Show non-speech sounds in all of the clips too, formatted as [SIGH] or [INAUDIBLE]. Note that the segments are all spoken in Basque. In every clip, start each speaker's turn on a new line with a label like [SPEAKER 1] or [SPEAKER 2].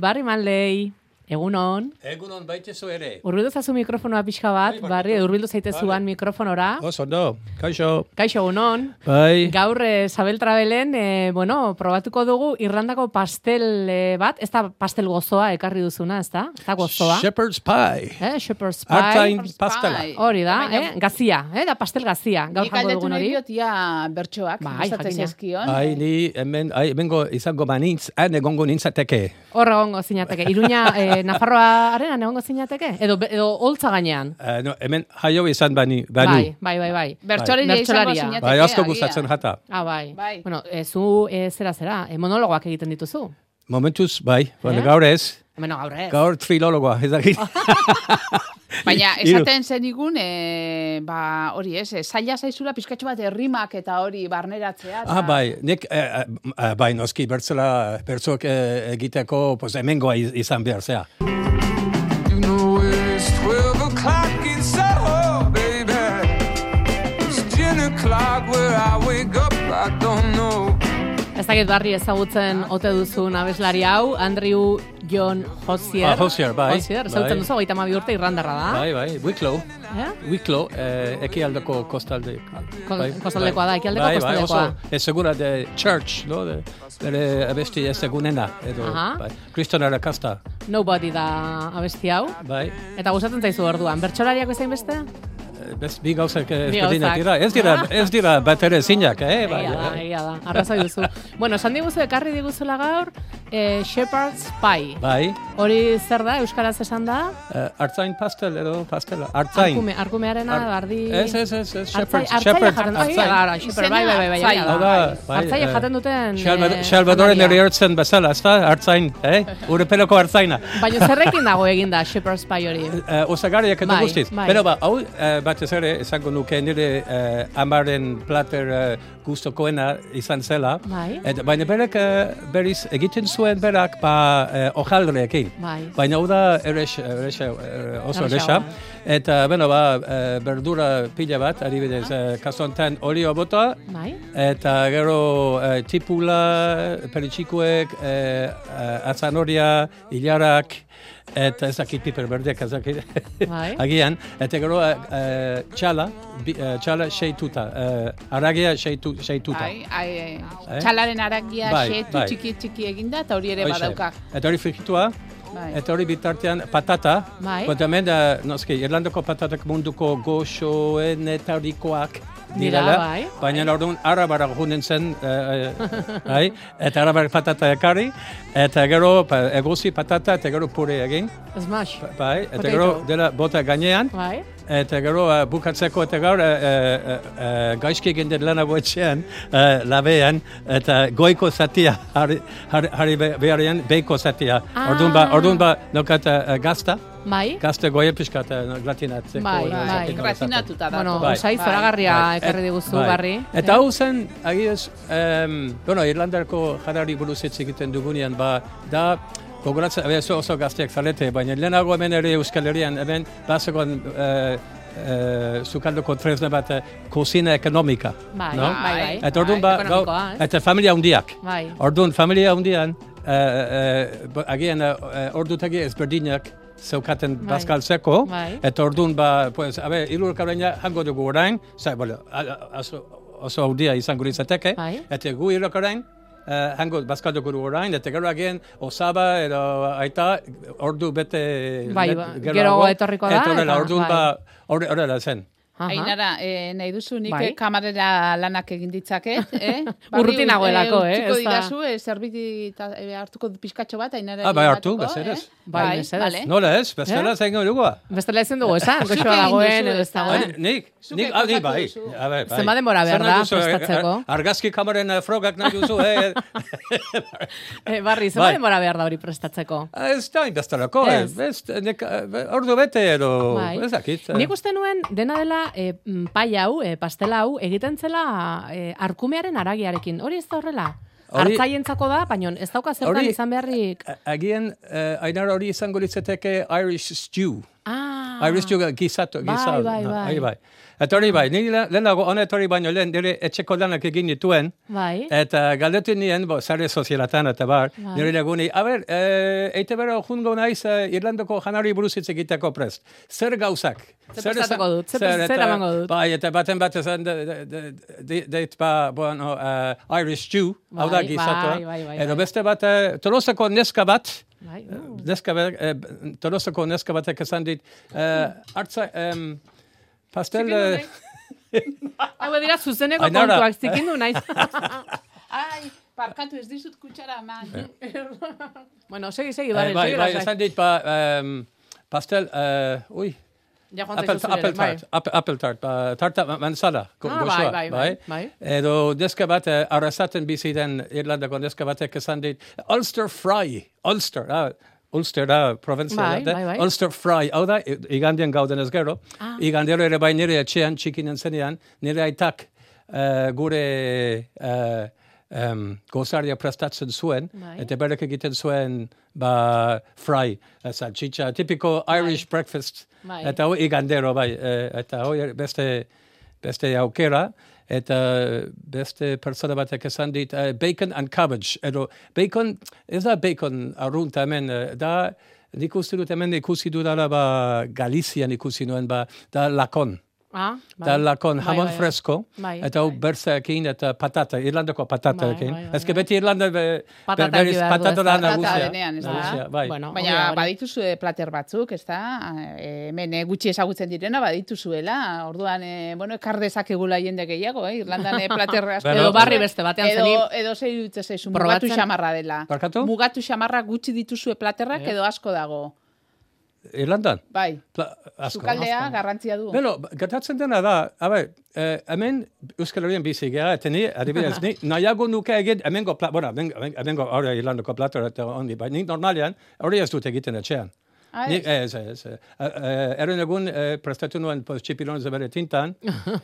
[SPEAKER 1] Barri Maldei, egun hon.
[SPEAKER 2] Egunon baitezu ere.
[SPEAKER 1] Urbildu zazu mikrofonoa pixka bat,
[SPEAKER 2] Bai, barkatu.
[SPEAKER 1] barri, urbildu zaitezuan
[SPEAKER 2] Barre.
[SPEAKER 1] mikrofonora.
[SPEAKER 2] Oso, no. Kaixo.
[SPEAKER 1] Kaixo, egun hon.
[SPEAKER 2] Bai.
[SPEAKER 1] Gaur, eh, Sabel Trabelen, eh, bueno, probatuko dugu Irlandako pastel eh, bat, ez da pastel gozoa ekarri duzuna, ez da? Ez da gozoa.
[SPEAKER 2] Shepherd's Pie.
[SPEAKER 1] eh, shepherd's pie.
[SPEAKER 2] Artain
[SPEAKER 3] Shepherd's
[SPEAKER 2] pastela.
[SPEAKER 3] pie.
[SPEAKER 1] Hori da,
[SPEAKER 3] Bai. Baina-
[SPEAKER 1] eh? gazia, eh? da pastel gazia. Gaur
[SPEAKER 3] Nik
[SPEAKER 1] jango
[SPEAKER 3] galdetu
[SPEAKER 1] dugun
[SPEAKER 3] nahi
[SPEAKER 1] hori.
[SPEAKER 3] diot, ia bertsoak,
[SPEAKER 1] Bai,
[SPEAKER 3] gustatzen
[SPEAKER 1] jakina.
[SPEAKER 3] zaizkion.
[SPEAKER 2] Ai, ni hemen, ai, hemengo izango banintz, han egongo nintzateke.
[SPEAKER 1] Hor egongo zinateke. Iruña, eh, Nafarroaren egongo zinateke? Edo, edo holtza gainean.
[SPEAKER 2] Eh, no, hemen jaio izan bani, banu.
[SPEAKER 1] Bai, bai, bai, bai.
[SPEAKER 3] Bertsolaria izango
[SPEAKER 1] Bertsolaria.
[SPEAKER 3] zinateke,
[SPEAKER 2] bai, asko
[SPEAKER 3] agian.
[SPEAKER 2] gustatzen jata.
[SPEAKER 1] Ah, bai.
[SPEAKER 3] Bai.
[SPEAKER 1] Bueno, e, zu e, zera zera, e, monologoak egiten dituzu.
[SPEAKER 2] Momentuz, bai, baina
[SPEAKER 1] Eh?
[SPEAKER 2] gaur ez,
[SPEAKER 1] Bueno, gaur ez.
[SPEAKER 2] gaur eh? trilologoa, ez dakit.
[SPEAKER 3] Baina
[SPEAKER 2] Hiru.
[SPEAKER 3] esaten zen igun, e, ba, hori ez, e, zaila zaizula pizkatxo bat errimak eta hori barneratzea.
[SPEAKER 2] Ah, bai, nik, eh, eh, eh, bai, noski, bertzela, bertzok eh, egiteko, pues, hemengoa iz- izan behar, zea.
[SPEAKER 4] You know it's 12 o'clock inside, oh baby. It's 10 o'clock where I wake up, I don't know.
[SPEAKER 1] Ez dakit barri ezagutzen ote duzun abeslari hau, Andrew John Hosier.
[SPEAKER 2] Ah, Hosier, bai,
[SPEAKER 1] Hosier,
[SPEAKER 2] bai.
[SPEAKER 1] ezagutzen duzu, gaita mabi urte irrandarra da.
[SPEAKER 2] Bai, bai, Wicklow.
[SPEAKER 1] Eh?
[SPEAKER 2] Wicklow, eh, ekialdeko kostalde.
[SPEAKER 1] Ko- kostaldekoa da, ekialdeko kostaldekoa.
[SPEAKER 2] Bai, oso, ez segura de church, no? De, bere abesti ez egunena, edo,
[SPEAKER 1] Aha.
[SPEAKER 2] bai. Kristonara kasta,
[SPEAKER 1] Nobody da abesti hau.
[SPEAKER 2] bai.
[SPEAKER 1] Eta gustatzen zaizu orduan, bertsolariak bezain beste?
[SPEAKER 2] Eh, Bez, bi gauzak eh,
[SPEAKER 1] Bi
[SPEAKER 2] ezberdinak
[SPEAKER 1] gauzak.
[SPEAKER 2] dira. Ez dira,
[SPEAKER 1] [LAUGHS]
[SPEAKER 2] ez dira bat ere zinak, eh? Bai,
[SPEAKER 1] Egia da,
[SPEAKER 2] eh.
[SPEAKER 1] egia da, arrazoi
[SPEAKER 2] [LAUGHS]
[SPEAKER 1] duzu. bueno, esan diguzu ekarri diguzula gaur, e, Shepherd's Pie.
[SPEAKER 2] bai.
[SPEAKER 1] Hori zer da, euskaraz esan da?
[SPEAKER 2] Eh, artzain pastel, edo pastela. Artzain.
[SPEAKER 1] Arkume, arkumearena,
[SPEAKER 2] Ar-
[SPEAKER 1] bardi...
[SPEAKER 2] Ez, ez, ez, ez.
[SPEAKER 1] Artzai,
[SPEAKER 2] Shepherd,
[SPEAKER 1] artzaia
[SPEAKER 2] shepherd,
[SPEAKER 1] jaten dute. Bai,
[SPEAKER 3] Izena
[SPEAKER 1] bai, bai, bai, bai, bai,
[SPEAKER 3] artzaia
[SPEAKER 2] Hau
[SPEAKER 1] bai.
[SPEAKER 2] da, bai,
[SPEAKER 1] Artzaia
[SPEAKER 2] eh,
[SPEAKER 1] jaten duten...
[SPEAKER 2] Salvador-
[SPEAKER 1] eh,
[SPEAKER 2] Salvadoren
[SPEAKER 1] janaria.
[SPEAKER 2] eriotzen bezala, ez da? Artzain, eh? Urepeloko artzaina.
[SPEAKER 1] Baina zerrekin dago eginda Shepherd's Pie hori?
[SPEAKER 2] uh, osagarriak eta
[SPEAKER 1] Bai,
[SPEAKER 2] guztiz.
[SPEAKER 1] bai.
[SPEAKER 2] Pero ba, hau eh, batez ere, esango nuke nire eh, amaren plater eh, gustokoena izan zela.
[SPEAKER 1] Bai.
[SPEAKER 2] Et, baina berek eh, berriz egiten zuen berak ba eh, ojaldreekin.
[SPEAKER 1] Bai.
[SPEAKER 2] Baina hau da eres, eres, eh, oso
[SPEAKER 1] Erresa,
[SPEAKER 2] eresa. Eta, bueno, ba, eh, berdura pila bat, adibidez, eh, kasu honetan olio bota,
[SPEAKER 1] Bai?
[SPEAKER 2] Eta gero eh, tipula, peritxikuek, eh, eh, atzanoria, hilarak, eta ez dakit piper berdeak ez dakit.
[SPEAKER 1] Bai.
[SPEAKER 2] [LAUGHS] Agian. Eta gero eh, eh, txala, bi, eh, txala seituta, eh, aragia seitu, seituta.
[SPEAKER 3] Ai, ai, ai,
[SPEAKER 2] Eh?
[SPEAKER 3] Txalaren aragia
[SPEAKER 2] Bai,
[SPEAKER 3] xetu
[SPEAKER 2] bai.
[SPEAKER 3] txiki-txiki eginda, eta hori ere
[SPEAKER 2] Hoxe.
[SPEAKER 3] badauka.
[SPEAKER 2] Eta hori frikitua,
[SPEAKER 3] Bai.
[SPEAKER 2] eta hori bitartean patata.
[SPEAKER 1] Bai.
[SPEAKER 2] Baina hemen, eh, noski, Irlandako patatak munduko goxoenetarikoak
[SPEAKER 1] Dira,
[SPEAKER 2] direla.
[SPEAKER 1] bai.
[SPEAKER 2] Baina orduan arabara jonden zen, eh, eh, bai, eta arabara patata ekarri, eta gero pa, egozi patata, eta gero pure egin,
[SPEAKER 1] Smash.
[SPEAKER 2] bai, eta
[SPEAKER 1] Potato.
[SPEAKER 2] gero dela bota gainean,
[SPEAKER 1] Bai?
[SPEAKER 2] Eta gero uh, bukatzeko eta gaur uh, uh, uh, gaizki egin den lana boetxean, uh, labean, eta goiko zatia, harri, harri, harri be- beharrean, beiko zatia.
[SPEAKER 1] Ah.
[SPEAKER 2] Orduan ba, orduan ba, nokat uh, gazta,
[SPEAKER 1] Bai?
[SPEAKER 2] gazta goia pixka eta eh, no, gratinatzeko.
[SPEAKER 1] Bai,
[SPEAKER 2] edo
[SPEAKER 1] bai.
[SPEAKER 2] zatik nola izaten.
[SPEAKER 3] Gratinatuta da.
[SPEAKER 1] Bueno,
[SPEAKER 2] Bai.
[SPEAKER 1] osai zoragarria ekarri diguzu,
[SPEAKER 2] Bai.
[SPEAKER 1] barri. Eh.
[SPEAKER 2] Eta hau zen, agiaz, em, bueno, Irlandarko jadari buruz hitz egiten dugunean, ba, da, gogoratzen, ez oso gazteak zarete, baina lehenago hemen ere Euskal Herrian, hemen, bazegoen, eh, eh, sukaldoko tresne bat, eh, kusina ekonomika.
[SPEAKER 1] Bai,
[SPEAKER 2] no?
[SPEAKER 1] bai, bai.
[SPEAKER 2] Eta orduan ba,
[SPEAKER 1] Bai,
[SPEAKER 2] gau,
[SPEAKER 1] ekonomikoa, ez?
[SPEAKER 2] eta familia hundiak.
[SPEAKER 1] Bai.
[SPEAKER 2] Orduan familia hundian, eh, eh, ba- agian eh, ordutegi ezberdinak zeukaten
[SPEAKER 1] Bai.
[SPEAKER 2] bazkaltzeko,
[SPEAKER 1] Bai.
[SPEAKER 2] eta orduan ba, pues, a ber, ilurka baina hango dugu orain, zai, bale, a- a- oso- oso haudia izango litzateke,
[SPEAKER 1] Bai.
[SPEAKER 2] eta gu ilurka orain, eh, hango bazkal dugu orain, eta gero agian osaba edo aita ordu bete
[SPEAKER 1] Bai,
[SPEAKER 2] let-
[SPEAKER 1] ba,
[SPEAKER 2] geroago,
[SPEAKER 1] geroago etorriko da,
[SPEAKER 2] Eta horrela,
[SPEAKER 1] eta-
[SPEAKER 2] orduan
[SPEAKER 1] bai.
[SPEAKER 2] ba, horre- horrela zen.
[SPEAKER 1] Aha.
[SPEAKER 3] Ainara, eh, nahi duzu nik
[SPEAKER 1] Bai.
[SPEAKER 3] bai. kamarera lanak egin ditzaket, eh?
[SPEAKER 1] [LAUGHS] Urruti nagoelako, eh,
[SPEAKER 3] Utziko
[SPEAKER 1] ez da-
[SPEAKER 3] didazu, eh, zerbiti eta, eh, hartuko du pizkatxo bat, Ainara. eh?
[SPEAKER 2] Ah, bai, hartu,
[SPEAKER 3] emateko,
[SPEAKER 2] mesedez.
[SPEAKER 1] Bai, mesedez.
[SPEAKER 3] bale.
[SPEAKER 2] Nola ez, bestela
[SPEAKER 1] Eh?
[SPEAKER 2] zengo dugu. ba?
[SPEAKER 1] Bestela ezin dugu
[SPEAKER 2] [LAUGHS]
[SPEAKER 1] esan,
[SPEAKER 3] Zuk
[SPEAKER 1] goxoa
[SPEAKER 3] egin
[SPEAKER 1] dagoen,
[SPEAKER 3] duzu,
[SPEAKER 1] edo ez
[SPEAKER 3] ezta?
[SPEAKER 1] dagoen.
[SPEAKER 2] Bai, nik,
[SPEAKER 3] Eh? Zuk
[SPEAKER 2] nik, ah,
[SPEAKER 3] aipatu
[SPEAKER 2] nik bai.
[SPEAKER 3] duzu.
[SPEAKER 2] A ber, bai.
[SPEAKER 1] Zenbat denbora behar
[SPEAKER 2] Zer nahi
[SPEAKER 1] da
[SPEAKER 2] duzu, eh,
[SPEAKER 1] prestatzeko?
[SPEAKER 2] eh, Argazki kamaren eh, frogak nahi duzu, eh?
[SPEAKER 1] [LAUGHS] Eh, barri,
[SPEAKER 2] Bai.
[SPEAKER 1] zenba denbora behar da hori prestatzeko.
[SPEAKER 2] Ah, Ez da inbestelako, eh?
[SPEAKER 1] Ez. Bai.
[SPEAKER 2] Ez, nik, eh, ordu bete edo, ez dakit. eh.
[SPEAKER 1] Nik uste nuen, dena dela, e, pai hau, e, pastela hau, egiten zela e, arkumearen aragiarekin. Hori ez da horrela?
[SPEAKER 2] Hori-
[SPEAKER 1] Artzaientzako da, baina ez dauka zertan
[SPEAKER 2] Hori-
[SPEAKER 1] izan beharrik.
[SPEAKER 2] A- Agian, eh, Ainar hori izango litzateke Irish stew.
[SPEAKER 1] Ah,
[SPEAKER 2] Airistuga gizatu,
[SPEAKER 1] Bai,
[SPEAKER 2] gizatu.
[SPEAKER 1] bai,
[SPEAKER 2] no,
[SPEAKER 1] bai.
[SPEAKER 2] hori bai. Eta hori bai, nire lehenago honetori baino lehen nire etxeko lanak egin dituen,
[SPEAKER 1] bai.
[SPEAKER 2] Eta galdetu nien, bo, sare sozialatan eta bar,
[SPEAKER 1] Bai.
[SPEAKER 2] nire laguni, a ber, e, eite bero jungo naiz eh, Irlandako janari buruz hitz egiteko prest. Zer gauzak?
[SPEAKER 1] Zer
[SPEAKER 2] esan-
[SPEAKER 1] prestatuko dut? Zer- zer
[SPEAKER 2] eta-
[SPEAKER 1] emango dut?
[SPEAKER 2] Bai, eta baten bat esan, de- de- de- de- deit ba, bueno, eh, Irish Jew, hau da
[SPEAKER 1] Bai,
[SPEAKER 2] gizatua.
[SPEAKER 1] bai, bai, bai,
[SPEAKER 2] Edo
[SPEAKER 1] bai.
[SPEAKER 2] beste bat, eh, tolosako neska bat,
[SPEAKER 1] bai.
[SPEAKER 2] neska bat, eh, tolosako neska batek esan dit, eh, hartza, em, pastel... eh, [LAUGHS]
[SPEAKER 1] Hau dira zuzeneko
[SPEAKER 2] Ainara.
[SPEAKER 1] kontuak zikindu
[SPEAKER 2] [LAUGHS]
[SPEAKER 1] naiz.
[SPEAKER 3] Ai, parkatu ez dizut kutsara eman.
[SPEAKER 1] bueno, segi, segi,
[SPEAKER 2] eh,
[SPEAKER 1] bale,
[SPEAKER 2] bai,
[SPEAKER 1] segi
[SPEAKER 2] bai,
[SPEAKER 1] lasai.
[SPEAKER 2] esan dit, ba, em, pastel, eh, ui,
[SPEAKER 1] Ja joan
[SPEAKER 2] Apple,
[SPEAKER 1] zaizu
[SPEAKER 2] apple
[SPEAKER 1] zure, bai.
[SPEAKER 2] tart, apple, apple tart, ba, tarta ma- manzana, go,
[SPEAKER 1] Ah, bai,
[SPEAKER 2] gozoa,
[SPEAKER 1] bai, bai, bai.
[SPEAKER 2] Edo neska bat, eh, arrasaten bizi den Irlandako neska batek esan dit, Ulster fry, Ulster, ah, Ulster da, provinzia
[SPEAKER 1] Bai,
[SPEAKER 2] da,
[SPEAKER 1] bai, bai.
[SPEAKER 2] Ulster fry, hau da, i- igandian gauden ez gero, igandero ere bai nire etxean, txikinen zenean, nire aitak eh, gure eh, em, gozaria prestatzen zuen,
[SPEAKER 1] Bai.
[SPEAKER 2] eta berek egiten zuen, ba, fry, eh, salchicha, tipiko Irish breakfast,
[SPEAKER 1] Bai.
[SPEAKER 2] eta Eta hoi igandero bai, eh, eta hoi beste, beste aukera, eta beste persona batek esan dit, eh, bacon and cabbage, edo bacon, ez da bacon arrunt hemen, eh, da nik uste dut hemen ikusi dudala ba Galizian ikusi nuen ba, da lakon.
[SPEAKER 1] Ah, bai.
[SPEAKER 2] Da lakon,
[SPEAKER 1] Bai,
[SPEAKER 2] hamon
[SPEAKER 1] bai, bai.
[SPEAKER 2] fresko,
[SPEAKER 1] Bai,
[SPEAKER 2] eta hau berzeakin eta patata, Irlandako patataekin.
[SPEAKER 1] Bai, bai, bai,
[SPEAKER 2] Ez que
[SPEAKER 1] bai.
[SPEAKER 2] beti Irlanda be,
[SPEAKER 1] Patata eduki behar du,
[SPEAKER 2] patata
[SPEAKER 1] ez da?
[SPEAKER 2] da
[SPEAKER 1] Patata
[SPEAKER 2] nagusia.
[SPEAKER 3] denean, ez da?
[SPEAKER 2] nagusia, Bai.
[SPEAKER 1] Bueno,
[SPEAKER 3] Baina
[SPEAKER 1] [LAUGHS] hori da, hori.
[SPEAKER 3] badituzue plater batzuk, ez da? Eh, Hemen eh, gutxi ezagutzen direna badituzuela. Orduan, eh, bueno, ekar dezakegula jende gehiago, eh? Irlandan eh,
[SPEAKER 2] [LAUGHS]
[SPEAKER 3] plater asko.
[SPEAKER 2] Edo
[SPEAKER 1] barri beste batean
[SPEAKER 3] edo,
[SPEAKER 1] zenin.
[SPEAKER 3] Edo zei dut zaizu,
[SPEAKER 1] Probatzen-
[SPEAKER 3] mugatu xamarra dela.
[SPEAKER 2] Barkatu?
[SPEAKER 3] Mugatu xamarra gutxi dituzue
[SPEAKER 1] Eh.
[SPEAKER 3] platerrak edo asko dago.
[SPEAKER 2] Irlandan.
[SPEAKER 3] Bai,
[SPEAKER 2] Pla, asko.
[SPEAKER 3] zukaldea garrantzia du.
[SPEAKER 2] Beno, gertatzen dena da, abe, eh, hemen Euskal Herrian bizi gara, eta ni,
[SPEAKER 1] [LAUGHS]
[SPEAKER 2] adibidez, ni nahiago nuke egin, hemengo, pla, bueno, hemen- hemen- hemengo, hori Irlandoko platora eta ondi, baina nik normalean, hori ez dut egiten etxean.
[SPEAKER 3] Ah,
[SPEAKER 2] Nik,
[SPEAKER 3] ez?
[SPEAKER 2] ez, ez, ez. Erren egun, eh, prestatu nuen pues, txipilon zebere
[SPEAKER 1] [LAUGHS]
[SPEAKER 2] tintan,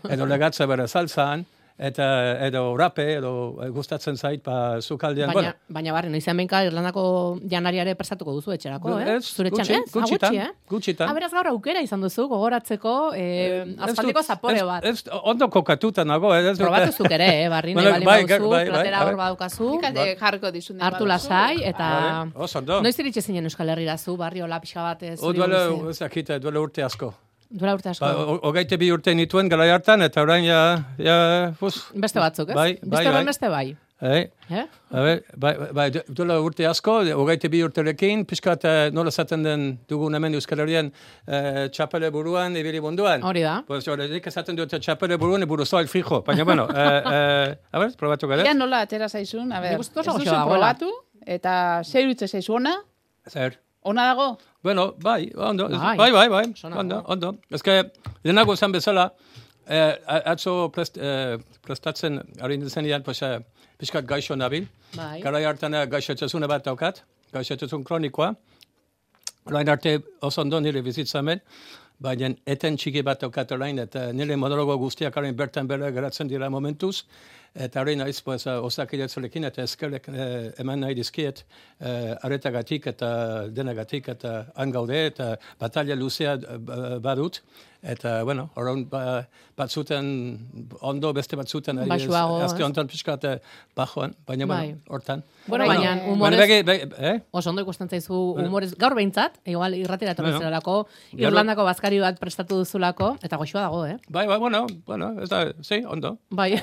[SPEAKER 2] edo legatza bere salzan, eta edo rape, edo eh, gustatzen zait, ba, zukaldean,
[SPEAKER 1] Baina,
[SPEAKER 2] bueno.
[SPEAKER 1] baina barri, noizean benka Irlandako janariare prestatuko duzu etxerako, eh?
[SPEAKER 2] Ez,
[SPEAKER 1] Zure
[SPEAKER 2] gutxi-
[SPEAKER 1] etxean, ez? Ah,
[SPEAKER 2] gutxitan,
[SPEAKER 1] gutxi, eh?
[SPEAKER 2] gutxitan.
[SPEAKER 1] Ah, beraz, gaur aukera izan duzu, gogoratzeko, eh, aspaldiko
[SPEAKER 2] Ez dut-
[SPEAKER 1] zapore
[SPEAKER 2] ez-
[SPEAKER 1] bat.
[SPEAKER 2] Ez, ondo kokatuta nago, eh, ez dut-
[SPEAKER 1] Probatu zuk ere, eh, barri, nahi
[SPEAKER 2] Bueno,
[SPEAKER 1] bali
[SPEAKER 2] bai,
[SPEAKER 1] baduzu,
[SPEAKER 2] bai, bai,
[SPEAKER 1] platera
[SPEAKER 2] bai.
[SPEAKER 1] hor badukazu,
[SPEAKER 3] Nik alde jarriko dizun den
[SPEAKER 1] hartu
[SPEAKER 3] baduzu.
[SPEAKER 1] lasai, eta...
[SPEAKER 2] Bale, oso ondo.
[SPEAKER 1] Noiz iritsi zinen Euskal Herrira zu, barri, hola pixka bat, ez?
[SPEAKER 2] [LAUGHS] O, duela, ez dakit, eh, duela urte asko.
[SPEAKER 1] Duela urte asko.
[SPEAKER 2] Ba, o- hogeita bi urte nituen gara hartan, eta orain, ja, ja, uz,
[SPEAKER 1] Beste batzuk, ez?
[SPEAKER 2] Bai, bai,
[SPEAKER 1] beste
[SPEAKER 2] bai.
[SPEAKER 1] beste bai.
[SPEAKER 2] eh?
[SPEAKER 1] Eh?
[SPEAKER 2] A ber, bai, bai, du- duela urte asko, hogeita bi urterekin, pixkat eh, nola zaten den dugun hemen Euskal Herrian eh, txapele buruan, ibili munduan.
[SPEAKER 1] Hori da.
[SPEAKER 2] Pues, hori, nik esaten dut txapele buruan, buruzoa el frijo. Baina, bueno, eh, eh, a ber, probatu gara.
[SPEAKER 3] Ia nola atera zaizun, a ber,
[SPEAKER 1] Nik
[SPEAKER 3] ez
[SPEAKER 1] uste oso
[SPEAKER 3] duzu
[SPEAKER 1] goxoa dagoela.
[SPEAKER 3] probatu, eta zer dut zaizu ona,
[SPEAKER 2] Zer.
[SPEAKER 3] ona dago,
[SPEAKER 2] Bueno, bai, ondo. ez-
[SPEAKER 1] Bai.
[SPEAKER 2] Bai, bai, bai.
[SPEAKER 1] Sona
[SPEAKER 2] Ondo, ondo. Ez que, lehenago esan bezala, eh, a- atzo prest, eh, prestatzen, ari nintzen pues, eh, pixkat gaixo nabil.
[SPEAKER 1] Bai.
[SPEAKER 2] Garai hartan eh, gaixotasuna bat daukat, gaixotasun kronikoa. Orain arte oso ondo nire bizitzamen, baina eten txiki bat daukat orain, eta nire monologo guztiak orain bertan bera geratzen dira momentuz, eta orain naiz, pues, eh, osakidetzarekin eta eskerrek eh, eman nahi dizkiet, eh, aretagatik eta denagatik eta han gaude, eta batalla luzea eh, ba- badut, eta, bueno, orain ba, batzuten ondo, beste batzuten, ari ez-
[SPEAKER 1] Baxuago,
[SPEAKER 2] aste
[SPEAKER 1] ez?
[SPEAKER 2] honetan pixkat eh, bajoan, baina,
[SPEAKER 1] Bai.
[SPEAKER 2] bueno, hortan.
[SPEAKER 1] Bueno,
[SPEAKER 3] Bai.
[SPEAKER 1] baina
[SPEAKER 3] Baina
[SPEAKER 1] humorez...
[SPEAKER 2] begi- begi- eh?
[SPEAKER 1] Oso ondo ikusten zaizu humorez, gaur behintzat, igual irratera etorri
[SPEAKER 2] Bueno.
[SPEAKER 1] zeralako,
[SPEAKER 2] Gero-
[SPEAKER 1] Irlandako bazkari bat prestatu duzulako, eta goxoa dago, eh?
[SPEAKER 2] Bai, bai, bueno, bueno, ez da, sí, ondo.
[SPEAKER 1] Bai.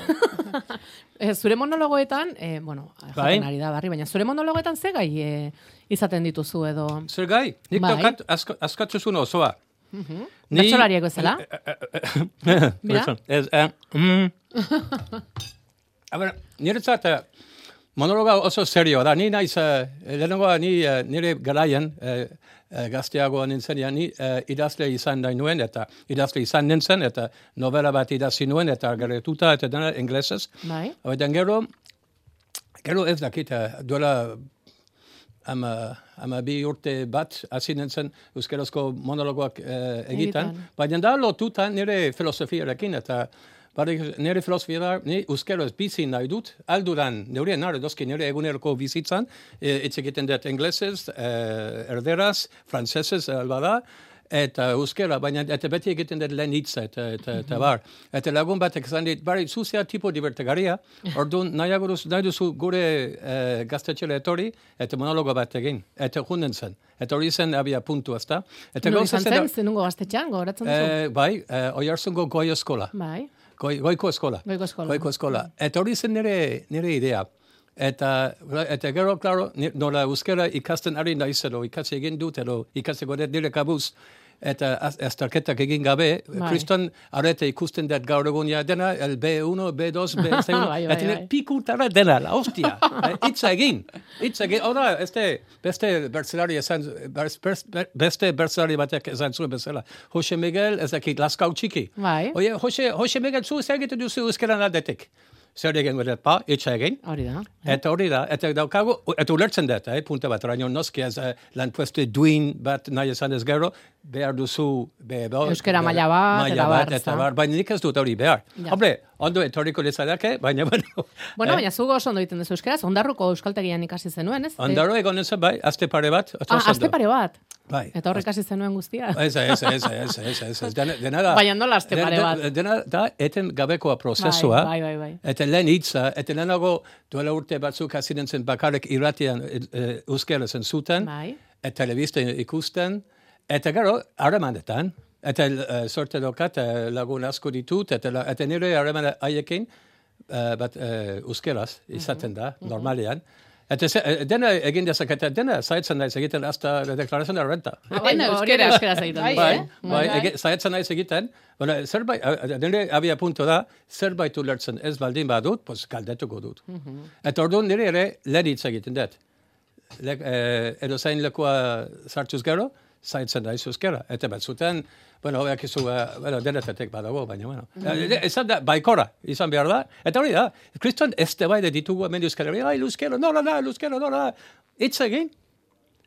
[SPEAKER 1] Eh, zure monologoetan, eh, bueno,
[SPEAKER 2] Bai.
[SPEAKER 1] jaten ari da barri, baina zure monologoetan ze gai eh, izaten dituzu edo
[SPEAKER 2] Zer gai, nik
[SPEAKER 1] Bai. Mhm.
[SPEAKER 2] daukat asko, askatzuzun osoa. Ni- [LAUGHS]
[SPEAKER 1] bertsolariak bezala? Mira.
[SPEAKER 2] Ez, eh, mm.
[SPEAKER 1] [LAUGHS]
[SPEAKER 2] A ber, niretzat, eh, monologa oso serio da. Ni naiz, eh, lehenengoa ni eh, nire garaian, eh, eh, gazteagoa nintzenean, ni eh, idazle izan nahi nuen, eta idazle izan nintzen, eta novela bat idazi nuen, eta gerretuta, eta dena inglesez.
[SPEAKER 1] Bai.
[SPEAKER 2] Baina gero, gero ez dakit, eh, duela ama, ama bi urte bat hasi nintzen euskerazko monologoak eh, egiten,
[SPEAKER 1] Egiten.
[SPEAKER 2] baina da lotuta nire filosofiarekin eta barik- nire filosofia ni euskeraz bizi nahi dut, aldudan neure nare dozki nire eguneroko e, bizitzan, eh, hitz egiten dut inglesez, eh, erderaz, frantsesez, alba da, eta euskera, baina eta beti egiten dut lehen hitza eta, eta,
[SPEAKER 1] Mhm.
[SPEAKER 2] eta bar. Eta lagun batek zan dit, bari, zuzea tipo divertegaria,
[SPEAKER 1] Mhm.
[SPEAKER 2] orduan nahiago duzu, nahi duzu gure eh, gaztetxela etorri, eta monologo bat egin, eta junden zen. Eta hori zen abia puntu, ezta? Eta
[SPEAKER 1] Non
[SPEAKER 2] gauza
[SPEAKER 1] izan
[SPEAKER 2] zen
[SPEAKER 1] zen,
[SPEAKER 2] da-
[SPEAKER 1] zenungo gaztetxean, gogoratzen duzu?
[SPEAKER 2] Eh, bai, eh, oiarzungo goi eskola.
[SPEAKER 1] bai.
[SPEAKER 2] Goi, goiko eskola.
[SPEAKER 1] Goiko eskola.
[SPEAKER 2] Goiko eskola. Eta hori zen nire, nire idea. Eta, eta gero, klaro, ni- nola euskara ikasten ari naiz edo ikasi egin dut edo ikasiko dut nire kabuz. Eta az- azterketak egin gabe,
[SPEAKER 1] Bai.
[SPEAKER 2] kriston arete ikusten dut gaur egun ja dena, el B1,
[SPEAKER 1] [LAUGHS]
[SPEAKER 2] B2, B1,
[SPEAKER 1] Bai, bai,
[SPEAKER 2] este eta nire
[SPEAKER 1] bai.
[SPEAKER 2] pikutara dena, la hostia. Eh, Hitza egin, hitza egin. Hora, este, beste berzelari esan, berz- berz- beste berzelari batek esan zuen bezala. Jose Miguel, ez dakit, laskau txiki.
[SPEAKER 1] Bai.
[SPEAKER 2] Oie, Jose, Jose Miguel zu zer egiten duzu euskaran aldetik. Zer egin gure pa, itxa egin.
[SPEAKER 1] Hori da.
[SPEAKER 2] Eta hori da, eta daukago, eta ulertzen dut, eh, punta bat, raino noski ez eh, lan puesto duin bat nahi esan ez gero, behar duzu, be, be,
[SPEAKER 1] Euskara
[SPEAKER 2] be-
[SPEAKER 1] maila bat,
[SPEAKER 2] maila
[SPEAKER 1] eta bar, ezta?
[SPEAKER 2] eta bar, baina nik ez dut hori behar.
[SPEAKER 1] Ja.
[SPEAKER 2] Hombre, ondo etorriko lezadake, baina, bueno,
[SPEAKER 1] Bueno, baina zugo oso ondo egiten duzu euskeraz, ondarruko euskaltegian ikasi zenuen, ez?
[SPEAKER 2] ondaro egon ez bai, azte pare bat, oso
[SPEAKER 1] Ah,
[SPEAKER 2] ondo.
[SPEAKER 1] aste pare bat.
[SPEAKER 2] Bai.
[SPEAKER 1] Eta horrek ikasi zenuen guztia.
[SPEAKER 2] Eza, eza, eza, eza, eza, eza. Dena, dena da...
[SPEAKER 1] Baina nola aste pare
[SPEAKER 2] den-
[SPEAKER 1] bat?
[SPEAKER 2] den- Dena da eten gabekoa prozesua.
[SPEAKER 1] Bai, bai, bai,
[SPEAKER 2] Eta lehen hitza, eta lehenago duela urte batzuk hasinen zen bakarrik irratian e, e, euskera zen zuten,
[SPEAKER 1] Bai.
[SPEAKER 2] eta telebista ikusten, eta gero, harremanetan, eta uh, sorte dokat eh, lagun asko ditut, eta, la- eta nire harreman haiekin, eh, bat uh, euskeraz izaten da, normalean. Eta ze- eh, dena egin dezak, eta dena zaitzen naiz egiten hasta deklarazio da renta.
[SPEAKER 1] Ah,
[SPEAKER 3] Dena
[SPEAKER 1] baina hori
[SPEAKER 3] euskeraz.
[SPEAKER 1] euskeraz egiten
[SPEAKER 3] Bai,
[SPEAKER 1] duzu,
[SPEAKER 2] Bai,
[SPEAKER 1] eh?
[SPEAKER 2] bai, ege- saiatzen naiz egiten, baina zerbait, a- a- nire abia puntu da, zerbait ulertzen ez baldin badut, pues galdetuko dut. Eta orduan nire ere lehen hitz egiten dut. Le, eh, edo zain lekua sartuz gero, saiatzen naiz euskera. Eta batzutan, bueno, ekizu, uh, bueno, denetatek badago, baina, bueno. Eh, Ezan da, baikora, izan behar da. Eta hori da, kriston ez tebaide ditugu hemen euskal herria, ai, euskera, nola da, euskera, nola da. Hitz egin,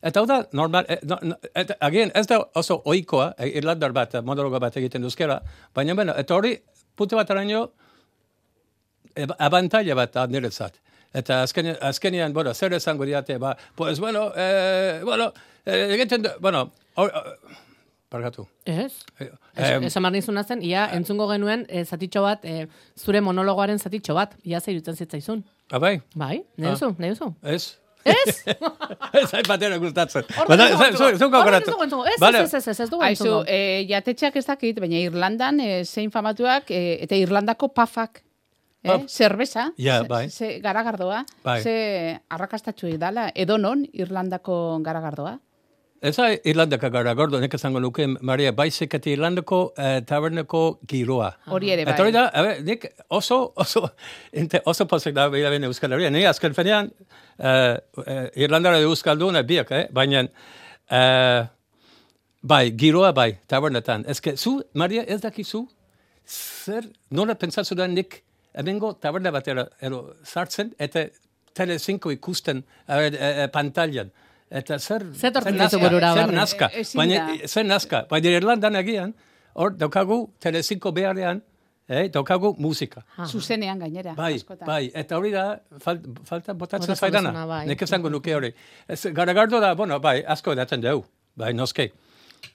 [SPEAKER 2] Eta hau da, normal, e, no, no, eta, again, ez da oso oikoa, e, irlandar bat, monologo bat egiten duzkera, baina beno, eta hori, puntu bat araño, abantaila bat da niretzat. Eta azken, azkenean, bueno, zer esango diate, ba, pues, bueno, eh, bueno, eh, egiten, du- bueno, hor, parkatu.
[SPEAKER 1] Ez?
[SPEAKER 2] Eh,
[SPEAKER 1] Es-
[SPEAKER 2] em,
[SPEAKER 1] Esan behar nizuna zen, ia entzungo genuen eh, zatitxo bat, eh, zure monologoaren zatitxo bat, ia zeirutzen zitzaizun.
[SPEAKER 2] Abai,
[SPEAKER 1] Bai, nahi duzu, nahi
[SPEAKER 3] [LAUGHS]
[SPEAKER 1] duzu.
[SPEAKER 2] ez? [LAUGHS]
[SPEAKER 1] Ez?
[SPEAKER 2] Ez hain batera gustatzen.
[SPEAKER 1] Horrek ez dugu
[SPEAKER 2] Baina, zu- zu-
[SPEAKER 1] entzungo.
[SPEAKER 2] zu
[SPEAKER 1] Horrek ez
[SPEAKER 2] gogoratu.
[SPEAKER 1] dugu entzungo. Ez,
[SPEAKER 2] Bale,
[SPEAKER 1] ez, ez, ez, ez dugu
[SPEAKER 3] Aizu,
[SPEAKER 1] entzungo.
[SPEAKER 3] e, jatetxeak ez dakit, baina Irlandan e, zein famatuak e, eta Irlandako pafak. Eh?
[SPEAKER 2] Pub.
[SPEAKER 3] Zerbeza,
[SPEAKER 2] Ja,
[SPEAKER 3] ze-
[SPEAKER 2] bai.
[SPEAKER 3] ze garagardoa,
[SPEAKER 2] Bai.
[SPEAKER 3] ze arrakastatxu dala, edo non Irlandako garagardoa.
[SPEAKER 2] Ez da Irlandaka gara, gordo, nek esango nuke, Maria, baizik eta Irlandako eh, tabernako giroa.
[SPEAKER 3] Hori ere bai.
[SPEAKER 2] Eta hori da, a ber, nik oso, oso, [LAUGHS] inte, oso pozik da bila bine Euskal Herria. Ni azken fenean, eh, eh, Irlandara de Euskalduna biak, eh? baina, eh, bai, giroa bai, tabernetan. Ez que, zu, Maria, ez dakizu, zer, nola pentsatzu da nik, emengo taberna batera, ero, sartzen, eta Tele 5 ikusten, a ber, eh, eh, pantailan. Eta zer...
[SPEAKER 1] Zer etortzen
[SPEAKER 2] zer
[SPEAKER 1] zaizu
[SPEAKER 2] nazka,
[SPEAKER 1] burura,
[SPEAKER 2] Zer
[SPEAKER 1] barne?
[SPEAKER 2] nazka.
[SPEAKER 3] E- ezin
[SPEAKER 2] Baina,
[SPEAKER 3] da.
[SPEAKER 2] zen nazka. Baina Irlandan egian, hor daukagu Telecinco beharean, eh, daukagu musika.
[SPEAKER 1] Ah.
[SPEAKER 3] Zuzenean gainera.
[SPEAKER 2] Bai,
[SPEAKER 3] askotan.
[SPEAKER 2] bai, eta hori da, fal, falta botatzen
[SPEAKER 1] Botatzen
[SPEAKER 2] zaidana.
[SPEAKER 1] duzuna, bai.
[SPEAKER 2] Nik esango nuke hori. Ez, garagardo da, bueno, bai, asko edaten dugu, bai, noske,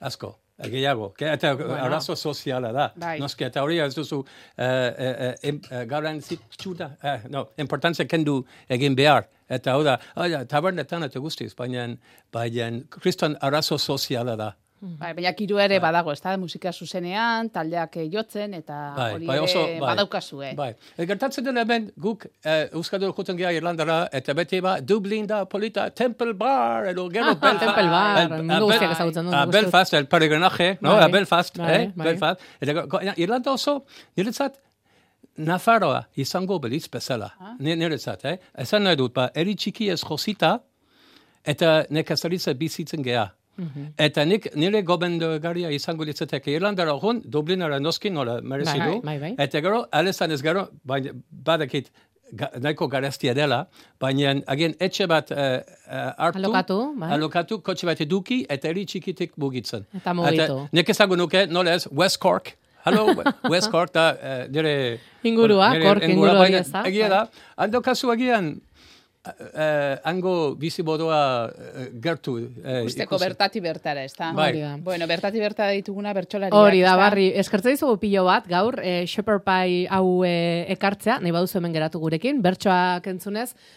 [SPEAKER 2] asko, gehiago. Ke- Eta arazo soziala da,
[SPEAKER 3] Bai.
[SPEAKER 2] noske, eta hori ez duzu eh, eh, eh, im- eh, garrantzitsu da, eh, no, importantzia kendu egin behar. Eta hau da, oh, ja, tabernetan eta guztiz, baina, baina, kriston arazo soziala da.
[SPEAKER 3] Bai, baina kiru ere badago, ez da, musika zuzenean, taldeak eh, jotzen, eta hori ere badaukazue.
[SPEAKER 2] Bai. E, gertatzen dena hemen guk eh, Euskaldun juten geha Irlandara eta beti ba Dublin da polita Temple Bar edo gero Belfast.
[SPEAKER 1] Ah, Temple Bar,
[SPEAKER 2] El-
[SPEAKER 1] mundu
[SPEAKER 2] a Bel-
[SPEAKER 1] guztiak ezagutzen du,
[SPEAKER 2] a
[SPEAKER 1] nik uste dut.
[SPEAKER 2] Belfast, el peregrinaje, no?
[SPEAKER 1] Bai,
[SPEAKER 2] a Belfast,
[SPEAKER 1] bai,
[SPEAKER 2] eh?
[SPEAKER 1] bai.
[SPEAKER 2] Belfast. Eta go- go- Irlanda oso, niretzat, Nafarroa izango beliz bezala.
[SPEAKER 1] Ah.
[SPEAKER 2] Ni- Niretzat, eh? Esan nahi dut, ba, eri txiki ez josita, eta nekazaritza bizitzen geha.
[SPEAKER 1] Mhm.
[SPEAKER 2] Eta nik nire gobendogaria izango litzateke Irlandara hon, Dublinara noski nola merezi
[SPEAKER 1] Bai,
[SPEAKER 2] du.
[SPEAKER 1] bai, bai.
[SPEAKER 2] Eta gero, alezan ez gero, baina badakit ga, nahiko garestia dela, baina agen etxe bat eh, eh, hartu,
[SPEAKER 1] Alokatu, bai.
[SPEAKER 2] alokatu, kotxe bat eduki, eta eri txikitik mugitzen.
[SPEAKER 1] Eta mugitu.
[SPEAKER 2] nik esango nuke, nola ez, West Cork,
[SPEAKER 1] [LAUGHS]
[SPEAKER 2] Hello, West Cork da eh, nire...
[SPEAKER 1] Ingurua,
[SPEAKER 2] nire
[SPEAKER 1] Cork inguru
[SPEAKER 2] ingurua,
[SPEAKER 1] hori
[SPEAKER 2] baina
[SPEAKER 1] ez da,
[SPEAKER 2] Egia
[SPEAKER 1] bai.
[SPEAKER 2] da, hando kasu agian, eh, hango bizibodua eh, gertu. Eh,
[SPEAKER 3] Usteko
[SPEAKER 2] ikusi.
[SPEAKER 3] bertati bertara, ez da?
[SPEAKER 2] Bai.
[SPEAKER 1] Hori da.
[SPEAKER 3] Bueno, bertati bertara dituguna bertsolariak.
[SPEAKER 1] Hori da,
[SPEAKER 3] ezta?
[SPEAKER 1] barri, eskertze dizugu pilo bat, eh, gaur, e, shepherd pie hau e, ekartzea, nahi baduzu hemen geratu gurekin, bertsoak entzunez,